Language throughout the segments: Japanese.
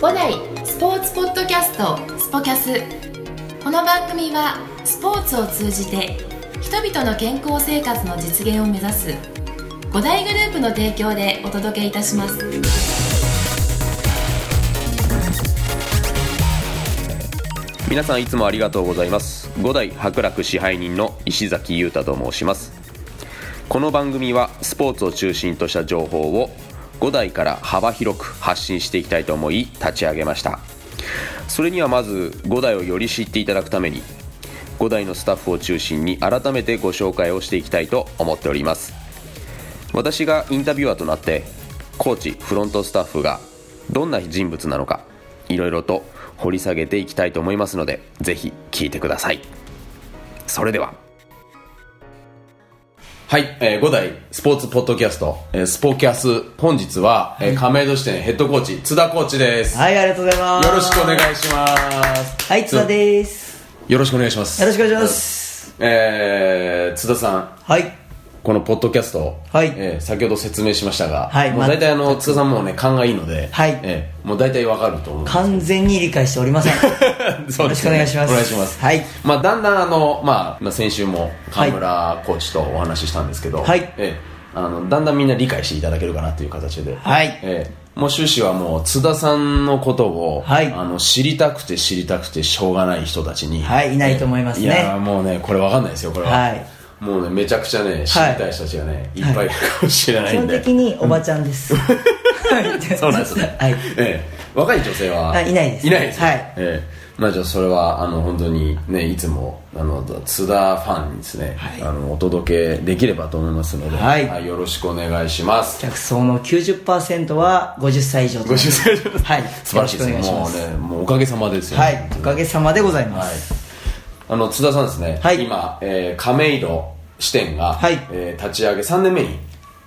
五代スポーツポッドキャストスポキャスこの番組はスポーツを通じて人々の健康生活の実現を目指す五大グループの提供でお届けいたします皆さんいつもありがとうございます五代博楽支配人の石崎裕太と申しますこの番組はスポーツを中心とした情報を五代から幅広く発信していきたいと思い立ち上げましたそれにはまず五代をより知っていただくために五代のスタッフを中心に改めてご紹介をしていきたいと思っております私がインタビュアーとなってコーチフロントスタッフがどんな人物なのかいろいろと掘り下げていきたいと思いますのでぜひ聞いてくださいそれでははい、えー、5代スポーツポッドキャスト、えー、スポキャス、本日は、えー、亀戸支店ヘッドコーチ、津田コーチです。よはい、ありがとうございます。ろしくお願いします。はい、津田です。よろしくお願いします。よろしくお願いします。えー、津田さん、はい。このポッドキャスト、はいえー先ほど説明しましたが、はいもうま大体あの、津田さんもね、勘がいいので、はいえーもう大体わかると思う。完全に理解しておりません。そうですねよろしくお願いしますお願いします。はい。まあ、だんだんあの、まあ、まあ先週も、河村コーチとお話ししたんですけど、はいええあの、だんだんみんな理解していただけるかなという形で、はいええもう終始はもう、津田さんのことを、はいあの、知りたくて知りたくてしょうがない人たちに、はいいないと思いますねいやーもうね、これわかんないですよ、これは。はいもうね、めちゃくちゃね、知りたい人たちがね、い、っぱいいるかもしれな基いん本で。的におばちゃんです。はいそうなんですね。 はい。 ええ、若い女性はあいないですいないです。はいええ、まあじゃあそれはあの本当にねいつもあの津田ファンにですね、はいあのお届けできればと思いますので、はいよろしくお願いします。客層の90%は50歳以上とご主催者はい。素晴らしいですね。よろくお願もいしうますねもうおかげさまですよ、ね。はい。おかげさまでございまはいす。。あの津田さんですね。はい今、えー、亀戸支店が、はいえー立ち上げ3年目に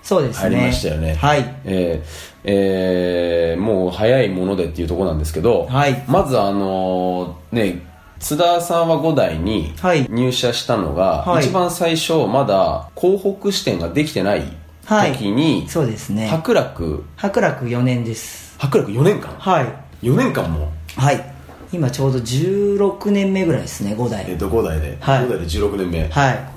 そうです入ね。りましたよね。はい。えーえーもう早いものでっていうところなんですけど、はいまずあのーね、津田さんは5代にはい入社したのが、はい一番最初まだ広北支店ができてないはい時に、そうですね白楽白楽4年です。白楽4年間はい。 4年間もはい。今ちょうど16年目ぐらいですね、5えっ代。と5代で、はい5代で16年目、はい。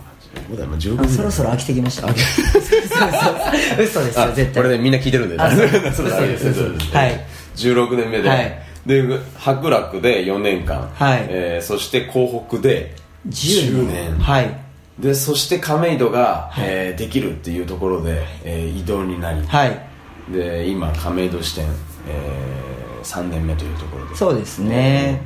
5代も16あ年そ目ろそろ飽きてきましたね。 嘘です嘘ですよ、絶これで対。みんな聞いてるんで、あそうです そうですそうですはい16年目で、はいで白楽で4年間、はいえーそして港北で10 10年。年はい。でそして亀戸が、えーできるっていうところで、えー移動になり、はい。で今亀戸支店、え3年目というところでそうですね。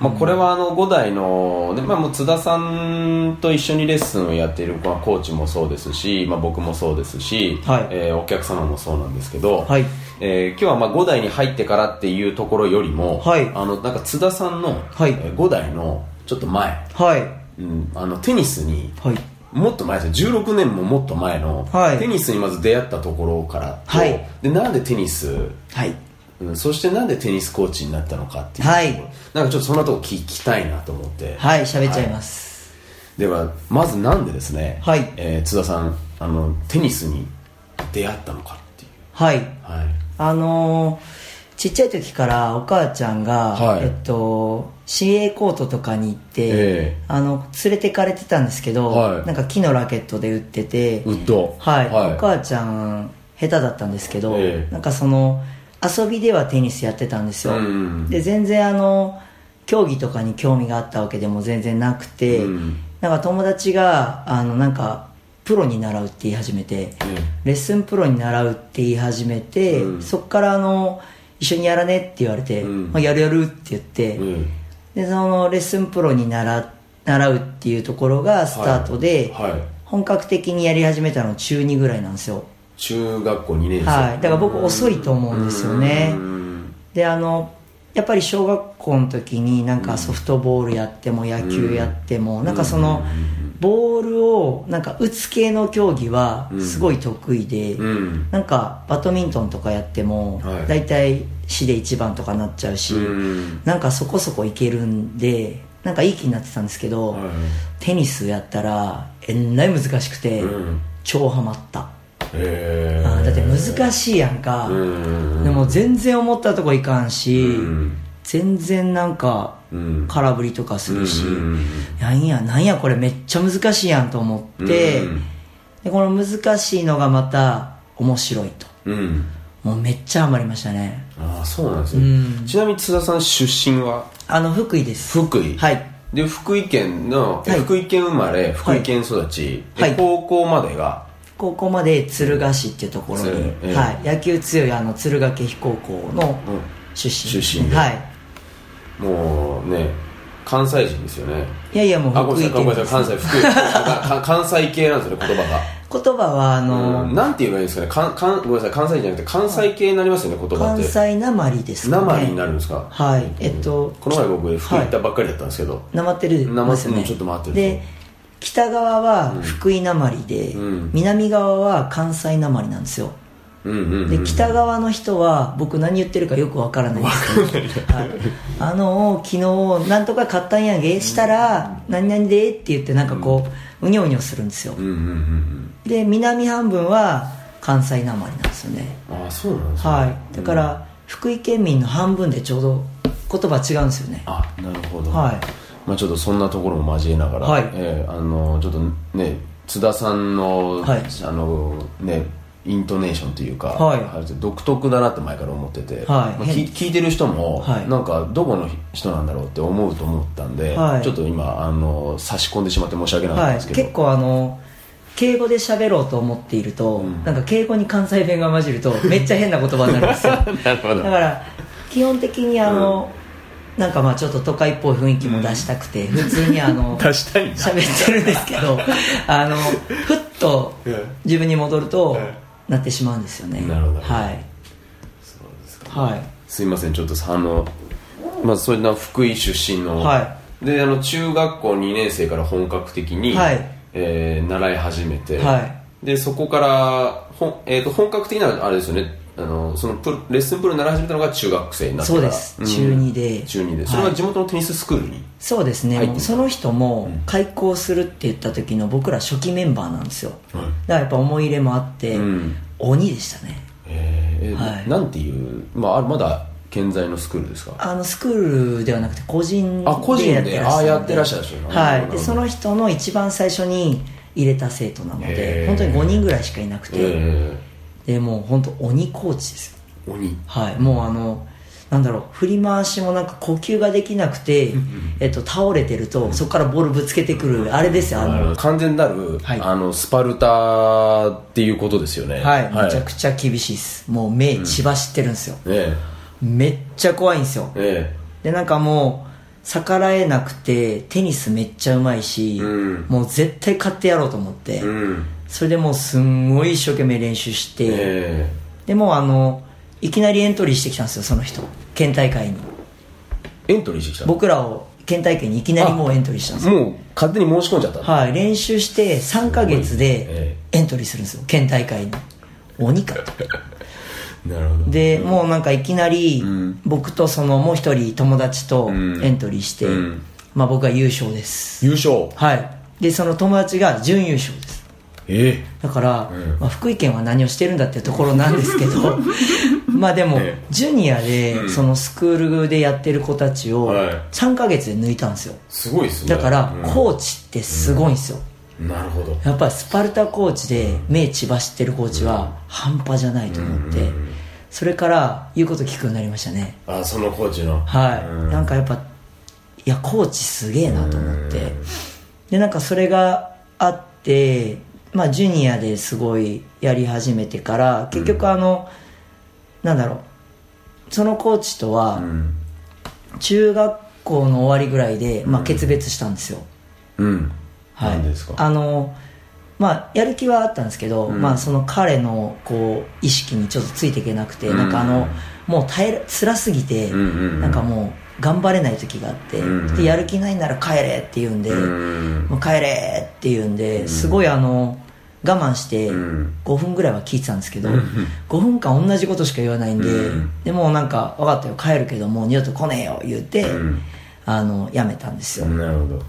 まあ、これはあの5代の、でまあ、もう津田さんと一緒にレッスンをやっている、まあ、コーチもそうですし、まあ、僕もそうですし、はいえーお客様もそうなんですけど、はいえー今日はまあ5代に入ってからっていうところよりも、はいあのなんか津田さんの、はいえー5代のちょっと前、はい。うん、あのテニスに、はい。もっと前ですよ16年ももっと前の、はいテニスにまず出会ったところからとはいでなんでテニスはい。うん、そしてなんでテニスコーチになったのかっていう、はいなんかちょっとそんなとこ聞きたいなと思って、はい、喋っちゃいます。ではまずなんでですね、はいえー津田さんあのテニスに出会ったのかっていうはい。はいあのー、ちっちゃい時からお母ちゃんが、はいえっと、CA コートとかに行っえて、えあの、連れてかれてたんですけど、はいなんか木のラケットで打ってて、ウッドはい、はいお母ちゃん下手だったんですけど、ええなんかその遊びではテニスやってたんですよ、うんで全然あの競技とかに興味があったわけでも全然なくて、うんなんか友達があのなんかプロに習うって言い始めて、レッスンプロに習うって言い始めて、うんそっからあの一緒にやらねって言われて、うんまあ、やるやるって言って、うんでそのレッスンプロに習習うっていうところがスタートで、はいはい本格的にやり始めたの中2ぐらいなんですよ、中学校2年生はい、だから僕遅いと思うんですよねうんであのやっぱり小学校の時になんかソフトボールやっても野球やっても、なんかそのボールをなんか打つ系の競技はすごい得意で、うんなんかバドミントンとかやってもはい大体市で一番とかなっちゃうし、うんなんかそこそこいけるんでなんかいい気になってたんですけど、はいテニスやったらえんらい難しくて、うん超ハマったへあーだってし難しいやんか、でも全然思ったとこいかんし、全然なんかうん空振りとかするし、うんなんやなんやこれめっちゃ難しいやんと思って、うんでこの難しいのがまた面白いとうんもうめっちゃハマりましたねああそうなんですね、ちなみに津田さん出身はあの福井です福井はいで福井県の、えはい福井県生まれ福井県育ち、ではい高校までが高校まで敦賀市っていうところに、うんええはい、野球強いあの敦賀気比高校のうん出身、出身ではいもうね関西人ですよねいやいやもあうご福め井んなさいごめん県なですさい関西福井か関西系なんですよね言葉が言葉はあの、うん、なんて言えばいいんですかねかんかんごめんなさい関西じゃなくて関西系になりますよね言葉って関西なまりですかね生になるんですかはいえっとこの前僕福井行ったはいばっかりだったんですけど、なまってるなまってるますよねちょっと回ってるで北側は福井なまりで、うん南側は関西なまりなんですようんうんうんで北側の人は僕何言ってるかよくわからないですけど、はい、あの昨日なんとか買ったんやげしたら何々でって言ってなんかこううにょうにょするんですようんうんうんで南半分は関西なまりなんですよねうんああそうなんですねはいだから福井県民の半分でちょうど言葉違うんですよねあなるほどはいまあ、ちょっとそんなところも交えながら、はいえーあのちょっとね津田さんの,、はいあのねイントネーションというか、はいあれって独特だなって前から思ってて、まあ変き聞いてる人も、はいなんかどこの人なんだろうって思うと思ったんで、はいちょっと今あの差し込んでしまって申し訳なかったんはいですけど、結構あの敬語で喋ろうと思っていると、んなんか敬語に関西弁が混じるとめっちゃ変な言葉になるんですよ なるほだから基本的にあの、なんかまあちょっと都会っぽい雰囲気も出したくて、普通にあの 出したいんだ喋ってるんですけ どあのふっとえ自分に戻ると、えなってしまうんですよねなるほどはいそうですかはいすいませんちょっとあのまずそれな福井出身の、はであの中学校2年生から本格的に、はいえー習い始めて、はでそこからほん、えー、と本格的なあれですよねあのそのプロレッスンプール習い始めたのが中学生になってそかうらです、ん中2で中二でそれははい地元のテニススクールに、そうですね、入ってもみうたその人も開校するって言った時の僕ら初期メンバーなんですよ、だからやっぱ思い入れもあって、うん鬼でしたねえーえーはいなんていう、まあ、あれまだ健在のスクールですかあのスクールではなくて個人あ個人でんあやってらっしゃる人なのなるはいほどでその人の一番最初に入れた生徒なのへでー本当に5人ぐらいしかいなくて、えでもう本当鬼コーチですよー、鬼はいもうあのなんだろう振り回しもなんか呼吸ができなくて、えっと、倒れてるとそこからボールぶつけてくるあれですよあの完全なる、はいあのスパルタっていうことですよねはい、めちゃくちゃ厳しいですもう目血走ってるんですよ、えめっちゃ怖いんですよええでなんかもう逆らえなくてテニスめっちゃうまいし、うんもう絶対勝ってやろうと思って、えうんそれでもうすんごい一生懸命練習して、えでもうあのいきなりエントリーしてきたんですよその人県大会にえエントリーしてきたの僕らを県大会にいきなりもうエントリーしたんですよもう勝手に申し込んじゃったのはい練習して3ヶ月でえエントリーするんですよ県大会に鬼かとなるほどで、もうなんかいきなりん僕とそのもう一人友達とんエントリーして、うんまあ、僕は優勝です優勝はいでその友達が準優勝ですえだから、まあ、福井県は何をしてるんだっていうところなんです けど まあでも、ええジュニアでそのスクールでやってる子たちをはい3ヶ月で抜いたんですよすごいですねだからうんコーチってすごいんですよなるほどやっぱりスパルタコーチで目血走ってるコーチは半端じゃないと思ってそれから言うこと聞くようになりましたねあそのコーチのはい、うんなんかやっぱいやコーチすげえなと思って、でなんかそれがあってまあジュニアですごいやり始めてから結局あの、なんだろうそのコーチとはうん中学校の終わりぐらいで、まあ、決別したんですよ、うんはい、なんですかあのまあやる気はあったんですけど、んまあその彼のこう意識にちょっとついていけなくて、なんかあのもう耐えら辛すぎて、うんうんうんなんかもう頑張れない時があって、んうんでやる気ないなら帰れって言うんで、うんもう帰れって言うんで、すごいあの我慢してん5分ぐらいは聞いてたんですけど、5分間同じことしか言わないんで、うんでもうなんか分かったよ帰るけどもう二度と来ねえよ言って、んあのやめたんですよ、なるほど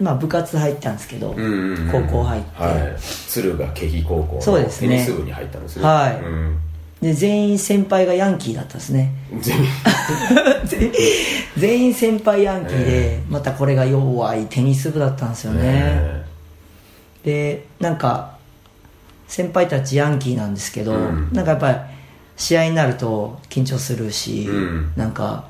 まあ、部活入ったんですけど、うんうんうん高校入って、はい、敦賀気比高校のそうですねテニス部に入ったんですねはいうんで全員先輩がヤンキーだったんですね全部全員先輩ヤンキーで、またこれが弱いテニス部だったんですよ ね、でなんか先輩たちヤンキーなんですけど、うんなんかやっぱり試合になると緊張するし、うんなんか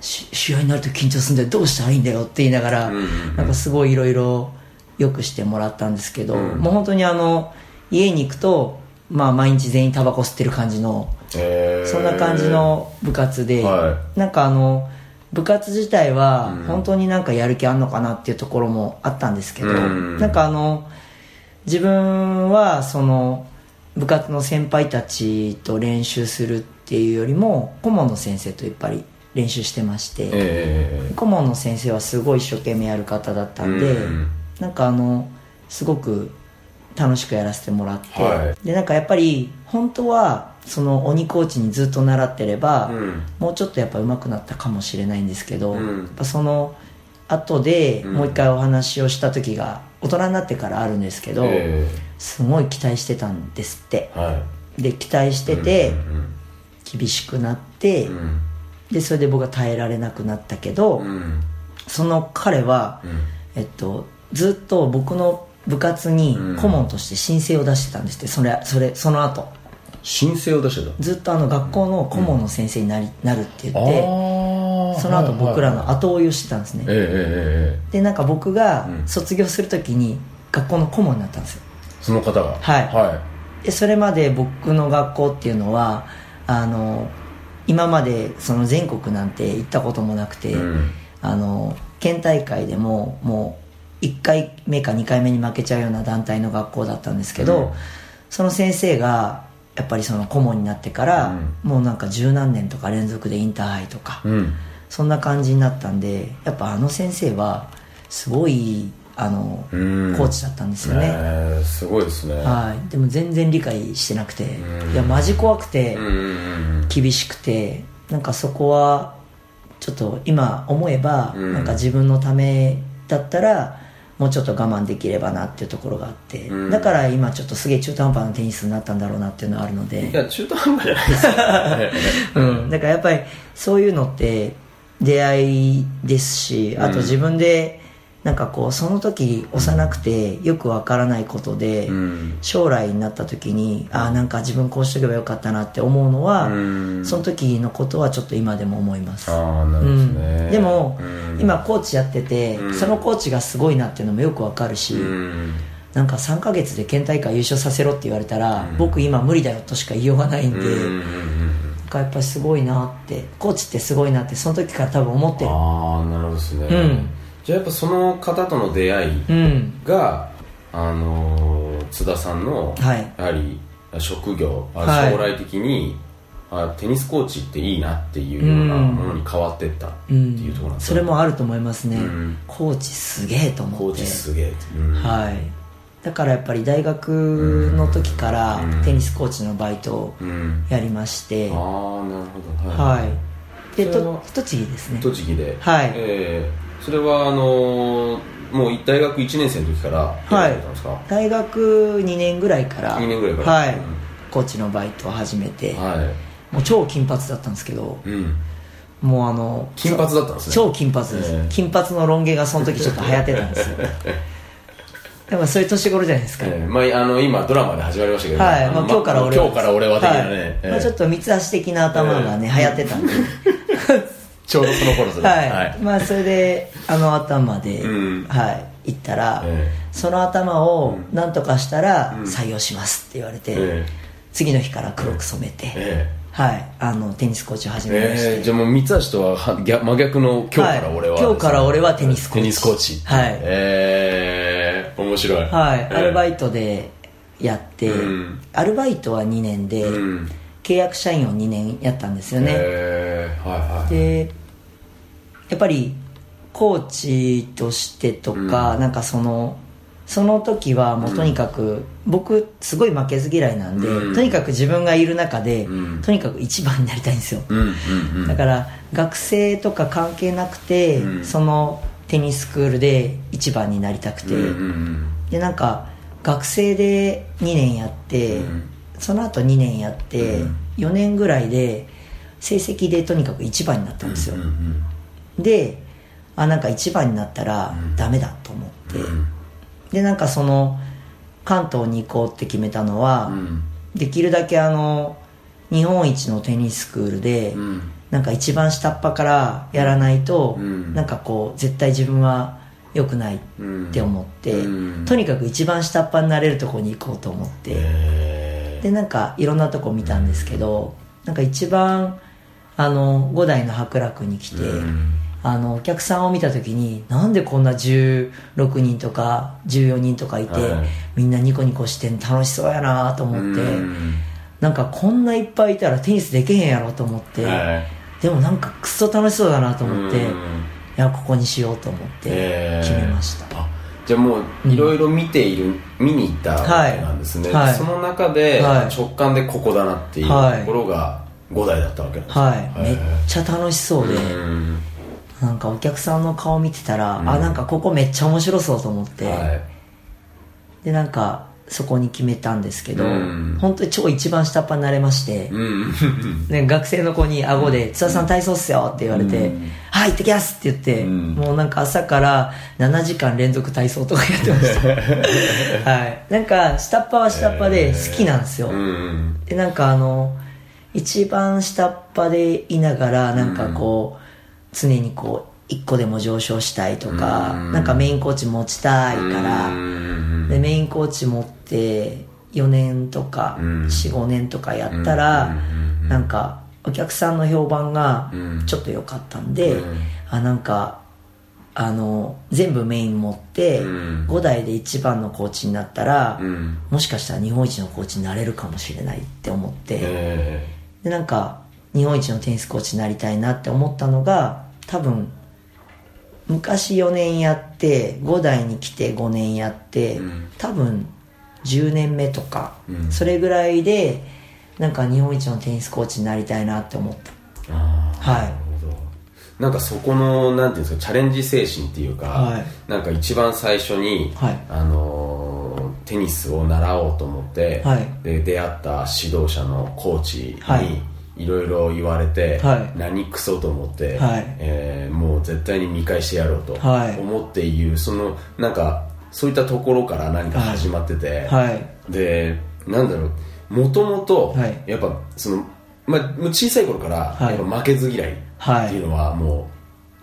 し試合になると緊張するんだよどうしたらいいんだよって言いながら、うんなんかすごいいろいろよくしてもらったんですけど、うんもう本当にあの家に行くと、まあ、毎日全員タバコ吸ってる感じのえーそんな感じの部活で、はなんかあの部活自体はうん本当になんかやる気あんのかなっていうところもあったんですけど、うんなんかあの自分はその部活の先輩たちと練習するっていうよりも顧問の先生とやっぱり練習してまして、え顧問の先生はすごい一生懸命やる方だったんで、うんなんかあのすごく楽しくやらせてもらって、はでなんかやっぱり本当はその鬼コーチにずっと習ってれば、ーうんもうちょっとやっぱ上手くなったかもしれないんですけど、うんやっぱその後でんもう一回お話をした時が大人になってからあるんですけど、えすごい期待してたんですってーはで期待していてうん厳しくなって、うんでそれで僕は耐えられなくなったけど、うんうんその彼は、うんえっと、ずっと僕の部活にうん顧問として申請を出してたんですってそれそれその後申請を出してたずっとあの学校の顧問の先生になり、なるって言あってーその後僕らはいの後追いをしてたんですね、えええええでなんか僕がうん卒業するときに学校の顧問になったんですよえその方がはいはでそれまで僕の学校っていうのはあの今までその全国なんて行ったこともなくて、いうんあの県大会でももう1回目か2回目に負けちゃうような団体の学校だったんですけど、うんその先生がやっぱりその顧問になってから、もうなんか十何年とか連続でインターハイとか、うんそんな感じになったんでやっぱあの先生はすごいあの、うんコーチだったんですよね、えーすごいですねはい、でも全然理解してなくて、いやマジ怖くて、うんうん厳しくてなんかそこはちょっと今思えば、うんなんか自分のためだったらもうちょっと我慢できればなっていうところがあって、うんだから今ちょっとすげえ中途半端なテニスになったんだろうなっていうのはあるのうんいで、や中途半端じゃないですようん、だからやっぱりそういうのって出会いですしあと自分でなんかこうその時幼くてよくわからないことで、うん将来になった時にああなんか自分こうしとけばよかったなって思うのは、うんその時のことはちょっと今でも思いますああなうるほどんねでも、うん今コーチやってて、うんそのコーチがすごいなっていうのもよくわかるし、うんなんか3ヶ月で県大会優勝させろって言われたら、僕今無理だよとしか言いようがないんで、うんうんうんなんかやっぱりすごいなってコーチってすごいなってその時から多分思ってるああなるほどですねうんじゃあやっぱその方との出会いうんが、あのー津田さんの、はいやはり職業、あはい将来的にあテニスコーチっていいなっていうようなうんものに変わってったってうんいうところなんですそよねれもあると思いますね、うんコーチすげえと思ってコーチすげえ、うんはい、だからやっぱり大学の時からうんテニスコーチのバイトをうんやりまして、ああなるほどはいでそれとは栃木ですね栃木ではいえーそれはあのーもう大学1年生の時からやられてたんですか、大学2年ぐらいから二年ぐらいからはいうんコーチのバイトを始めて、はもう超金髪だったんですけどい、うん、もうあの金髪だったんですね超金髪です、えー金髪のロン毛がその時ちょっと流行ってたん ですよでもそういう年頃じゃないですか、えーまあ、あの今ドラマで始まりましたけど、はい、のまあ、今日から俺は今日から俺は的なね、はいえーまあ、ちょっと三橋的な頭がね、流行ってたんでちょうどその頃ですねはい、まあそれであの頭で、うんはい行ったら、えその頭をなんとかしたら採用しますって言われて、ええ次の日から黒く染めて、えはいあのテニスコーチを始えめまして、ええじゃあもう三橋とはは逆真逆の今日から俺は、はい今日から俺はテニスコーチテニスコーチはいええ面白いはいアルバイイトでやって、うんアルバイトは2年で、うん契約社員を2年やったんですよね、ええはいはいでやっぱりコーチとしてとか、なんかそのその時はもうとにかく、僕すごい負けず嫌いなんで、うんとにかく自分がいる中で、うんとにかく一番になりたいんですよ、うんうんうんだから学生とか関係なくて、うんそのテニススクールで一番になりたくて、でなんか学生で2年やって、その後2年やって、4年ぐらいで成績でとにかく一番になったんですよ、であなんか一番になったらダメだと思って、でなんかその関東に行こうって決めたのは、できるだけあの日本一のテニススクールで、なんか一番下っ端からやらないと、んなんかこう絶対自分は良くないって思って、うんとにかく一番下っ端になれるとこに行こうと思って、でなんかいろんなとこ見たんですけど、なんか一番あの五代の伯楽に来て、あのお客さんを見た時になんでこんな16人とか14人とかいて、はいみんなニコニコしてんの楽しそうやなと思って、なんかこんないっぱいいたらテニスできへんやろと思って、はいでもなんかクソ楽しそうだなと思って、うんいやここにしようと思って決めました、あじゃあもういろいろ見ている、見に行ったわけなんですね、はいはいその中ではい直感でここだなっていうはいところが5代だったわけなんですねはい、へめっーちゃ楽しそうで、うんなんかお客さんの顔見てたら、あなんかここめっちゃ面白そうと思って、はいでなんかそこに決めたんですけど、うん本当に超一番下っ端になれまして、うんね、学生の子に顎で「津田さん体操っすよ」って言われて「はい行ってきます」って言って、うんもうなんか朝から7時間連続体操とかやってま したはいなんか下っ端は下っ端で好きなんですよ、うんでなんかあの一番下っ端でいながらなんかこう、常にこう一個でも上昇したいとか、なんかメインコーチ持ちたいから、うんでメインコーチ持って4年とか45年とかやったらなんかお客さんの評判がちょっと良かったんであなんかあの全部メイン持って5代で一番のコーチになったらもしかしたら日本一のコーチになれるかもしれないって思ってえでなんか日本一のテニスコーチになりたいなって思ったのが多分昔4年やって5代に来て5年やって、多分10年目とか、それぐらいでなんか日本一のテニスコーチになりたいなって思ったはいーなんかそこのなんていうんですかチャレンジ精神っていうか、はいなんか一番最初に、はいあのーテニスを習おうと思って、はいで出会った指導者のコーチに、はいいろいろ言われて、はい何クソと思って、はいえーもう絶対に見返してやろうとはい思っている、そのなんかそういったところから何か始まってて、はいでなんだろうもともとはいやっぱその、まあ、もう小さい頃からはいやっぱ負けず嫌いっていうのはもう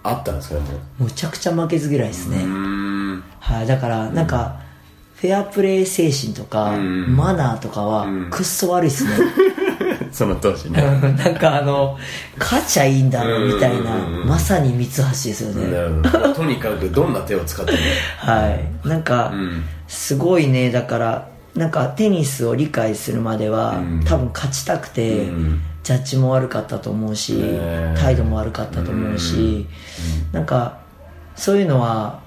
あったんですかねもう むちゃくちゃ負けず嫌いですね、うんはい、だからなんか、フェアプレー精神とか、んマナーとかは、くっそ悪いっ すねその当時ねなんかあの勝ちゃいいんだろうみたいな、うんまさに三橋ですよね、なるほ どとにかくどんな手を使ってもはい、なんか、んすごいねだからなんかテニスを理解するまでは、うん多分勝ちたくて、んジャッジも悪かったと思うし、ねえ態度も悪かったと思うし、なんかそういうのは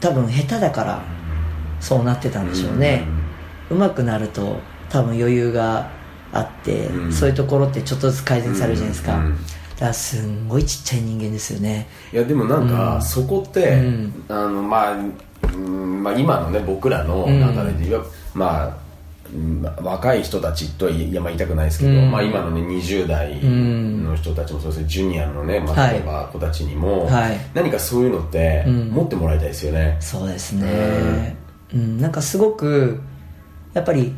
多分下手だからそうなってたんでしょうね、うまくなると多分余裕があって、んそういうところってちょっとずつ改善されるじゃないですか、うんうんだからすんごいちっちゃい人間ですよねいやでもなんかそこって、うんあのまあ、うんまあ、今のね僕らのうん中で言えば、まあうん若い人たちとは言いいやまあ言いたくないですけど、うんまあ、今のね20代んの人たちもそうですねジュニアのね、まはあ、い例えば子たちにも、はい何かそういうのってうん持ってもらいたいですよね、そうですね、うん、なんかすごくやっぱり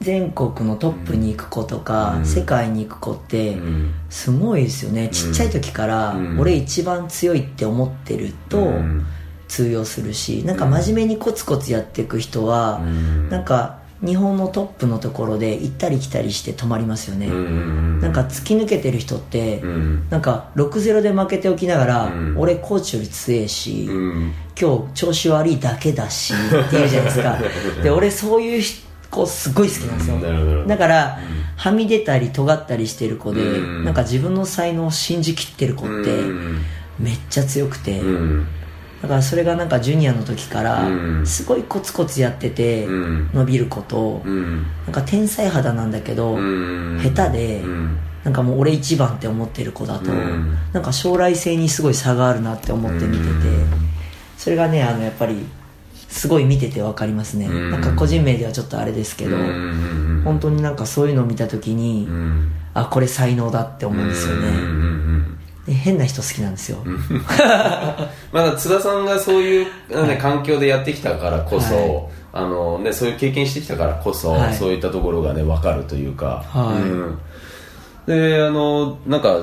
全国のトップに行く子とか、うん世界に行く子ってうんすごいですよね、ちっちゃい時からうん俺一番強いって思ってるとうん通用するしなんか真面目にコツコツやっていく人はう、んなんか日本のトップのところで行ったり来たりして止まりますよね、うんなんか突き抜けてる人って、うんなんか6-0で負けておきながら、ん俺コーチより強えし、うん今日調子悪いだけだしっていうじゃない ですかで俺そういう子すごい好きなんですよ、なるほどなるほどだから、はみ出たり尖ったりしてる子で、うんなんか自分の才能を信じきってる子って、うんめっちゃ強くて、うんだからそれがなんかジュニアの時から、うんすごいコツコツやってて、うん伸びる子と、うんなんか天才肌なんだけど、うん下手で、うんなんかもう俺一番って思ってる子だと、うんなんか将来性にすごい差があるなって思って見てて、それがねあのやっぱりすごい見てて分かりますね、んなんか個人名ではちょっとあれですけど、うんうん本当になんかそういうのを見た時に、うんうんあこれ才能だって思うんですよね、うんうんうんで変な人好きなんですよ、まだ津田さんがそういう、ね環境でやってきたからこそ、はいあのね、そういう経験してきたからこそ、はいそういったところがね分かるというか、はいうんであのなんか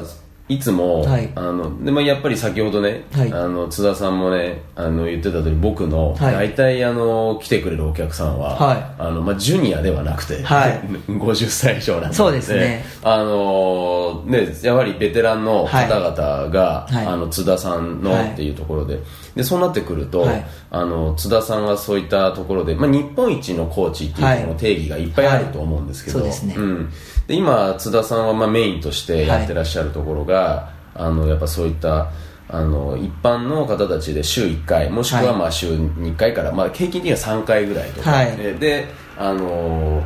いつも、はいあのでまあ、やっぱり先ほどね、はいあの津田さんもねあの言ってた通り僕の、はい大体あの来てくれるお客さんは、はいあのまあ、ジュニアではなくて、はい 50歳以上なんでそうですねあのね、やはりベテランの方々が、はいはいあの津田さんのはいっていうところで,、でそうなってくると、はいあの津田さんがそういったところで、まあ、日本一のコーチっていうのの定義がいっぱいあると思うんですけど、はいそうですねん、で今津田さんはまあメインとしてやってらっしゃるところが、あのやっぱそういったあの一般の方たちで週1回もしくははいまあ週2回から、まあ、平均的には3回ぐらいとか、はいでであの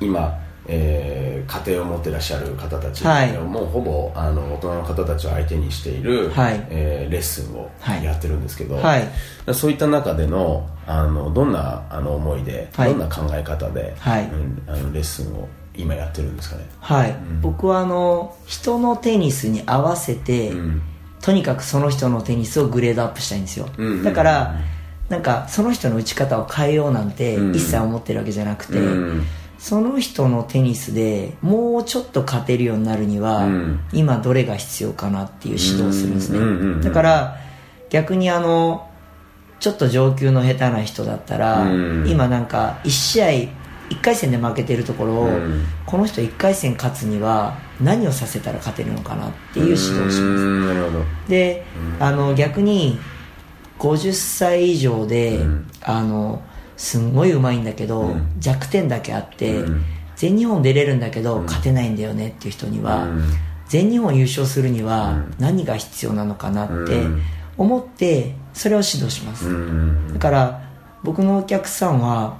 今、えー家庭を持ってらっしゃる方たち、はいもうほぼあの大人の方たちを相手にしている、はいえーレッスンをはいやってるんですけど、はいそういった中でのあのどんなあの思いで、はいどんな考え方で、はいうんあのレッスンを今やってるんですかね。はい、僕はあの人のテニスに合わせて、うんとにかくその人のテニスをグレードアップしたいんですよ、うんうんだからなんかその人の打ち方を変えようなんてうん一切思ってるわけじゃなくて、うんその人のテニスでもうちょっと勝てるようになるには、うん今どれが必要かなっていう指導をするんですね、うんうんうんうんだから逆にあのちょっと上級の下手な人だったら、うん今なんか1試合1回戦で負けてるところを、うんこの人1回戦勝つには何をさせたら勝てるのかなっていう指導をしますうんなるほどで、あの逆に50歳以上で、うんあのすんごいうまいんだけど、うん弱点だけあって、うん全日本出れるんだけど、勝てないんだよねっていう人には、うん全日本優勝するには何が必要なのかなってうん思ってそれを指導します、うんだから僕のお客さんは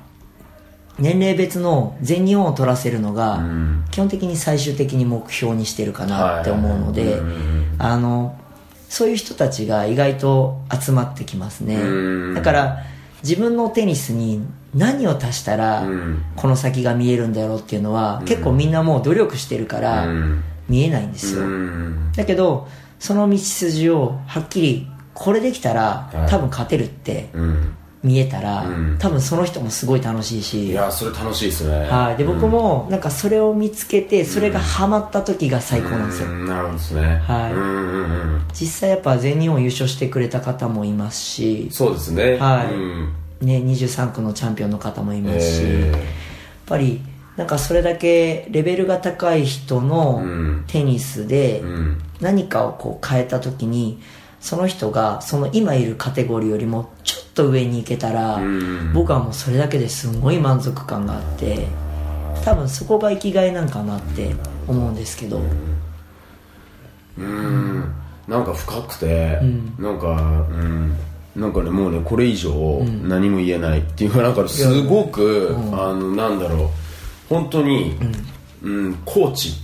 年齢別の全日本を取らせるのが、うん基本的に最終的に目標にしてるかなって思うのはいで、あのそういう人たちが意外と集まってきますうねんだから自分のテニスに何を足したらうんこの先が見えるんだろうっていうのは結構みんなもう努力してるからうん見えないんですようんだけどその道筋をはっきりこれできたはらい多分勝てるってうん見えたらうん多分その人もすごい楽しいいしやそれ楽しいですねはいで僕もなんかそれを見つけてそれがハマった時が最高なんですようんなるほどですねはいうんうんうん実際やっぱ全日本優勝してくれた方もいますし、そうですねはいうんね、23区のチャンピオンの方もいますし、えやっぱりなんかそれだけレベルが高い人のうんテニスでーうん何かをこう変えた時にその人がその今いるカテゴリーよりもちょっと上に行けたら、ん僕はもうそれだけですごい満足感があって多分そこが生きがいなんかなって思うんですけど、うんなんか深くて、なんかうんなんかねもうねこれ以上何も言えない っていうか、なんかすごく、あのなんだろう本当に、うんコーチ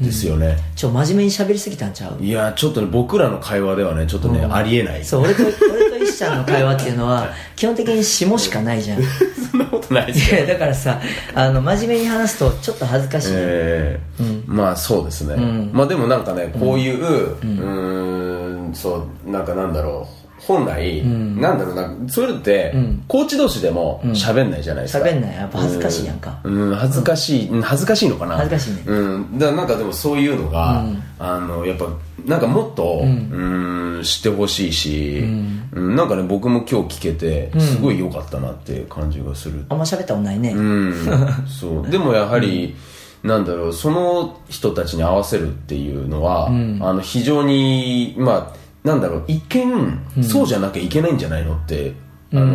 ですよね、ちょ真面目に喋りすぎたんちゃういやちょっとね僕らの会話ではねちょっとね、ありえないそう俺と 俺と石ちゃんの会話っていうのは基本的に下しかないじゃんい そんなことないですよや だからさあの真面目に話すとちょっと恥ずかしい、ええまあそうですね、まあでもなんかねこういううーん,、そうなんかなんだろう本来、なんだろうなそういうのって、コーチ同士でも喋んないじゃないですか喋んないやっぱ恥ずかしいやんかうん、恥ずかしい、うん恥ずかしいのかな恥ずかしいねうん、だからなんかでもそういうのが、あのやっぱなんかもっと、うん、知ってほしいし、うんなんかね僕も今日聞けてすごい良かったなっていう感じがするあんま喋ったことないね、うん、 そうでもやはり、なんだろうその人たちに合わせるっていうのは、あの非常にまあなんだろう一見、そうじゃなきゃいけないんじゃないのってあの、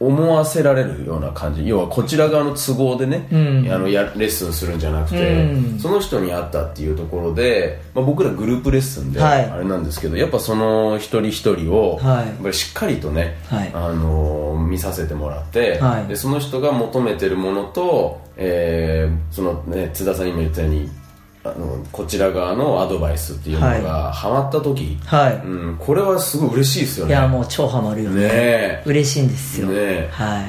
思わせられるような感じ要はこちら側の都合でね、あのやレッスンするんじゃなくて、その人に合ったっていうところで、まあ、僕らグループレッスンで、はいあれなんですけどやっぱその一人一人を、はいやっぱりしっかりとね、はいあの見させてもらって、はいでその人が求めてるものと、えーそのね、津田さんにも言ったようにあのこちら側のアドバイスっていうのがハマった時、はいうん、これはすごい嬉しいですよいねやもう超ハマるよねねえ嬉しいんですよ、ねえは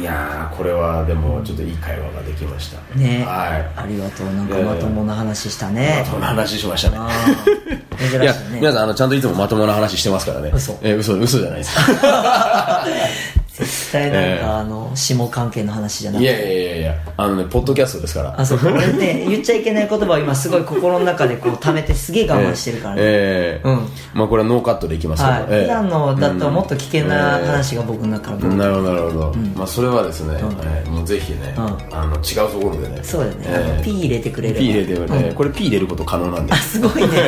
いやーこれはでもちょっといい会話ができましたいねえはありがとうなんかいやいやまともな話したいねまともな話しましたねあー珍しいいやね皆さんあのちゃんといつもまともな話してますからね嘘えー嘘嘘じゃないです 絶対なんか、ええあの下関係の話じゃなくいてやいやいやいやあのねポッドキャストですからあそう俺ね言っちゃいけない言葉を今すごい心の中でこう溜めてすげえ我慢してるからね、えーえーうんまあこれはノーカットでいきますけど、はい、えー普段のだともっと危険なうんえー話が僕の中から、なるほどなるほど、まあそれはですね、えーもうぜひね、んあの違うところでねそうだよね、えーあの P 入れてくれれば P 入れてね、これ P 入れること可能なんであすご いね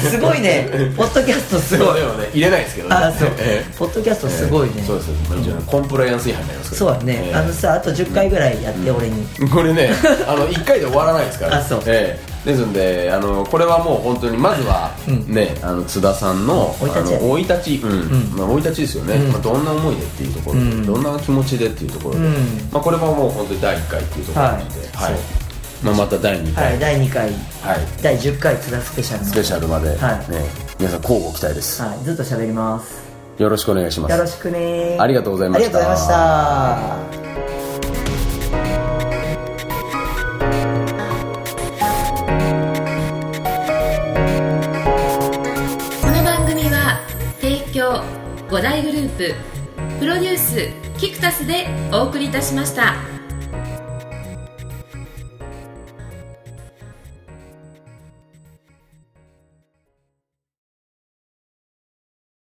すごいねポッドキャストすごいでもね入れないですけどねあそうえポッドキャストすごいね、えそうですそうです一応ねコンプライアンス違反になりますけどそうだね、ええあのさあと10回ぐらいやって、俺にこれね あの1回で終わらないですからあそうええですんであのこれはもう本当にまずは、ねあの津田さんの生い立ちあの生い立ちうんまあ、生い立ちですよね、まあ、どんな思いでっていうところで、どんな気持ちでっていうところで、うんまあ、これはもう本当に第1回っていうところなんで、はいはいまあ、また第2はい、回、第2回はい、第10回津田スペシャルのスペシャルまで、はいね、皆さん交互期待です、はい、ずっと喋りますよろしくお願いしますよろしくねありがとうございましたありがとうございましたこの番組は提供五大グループプロデュースキクタスでお送りいたしました。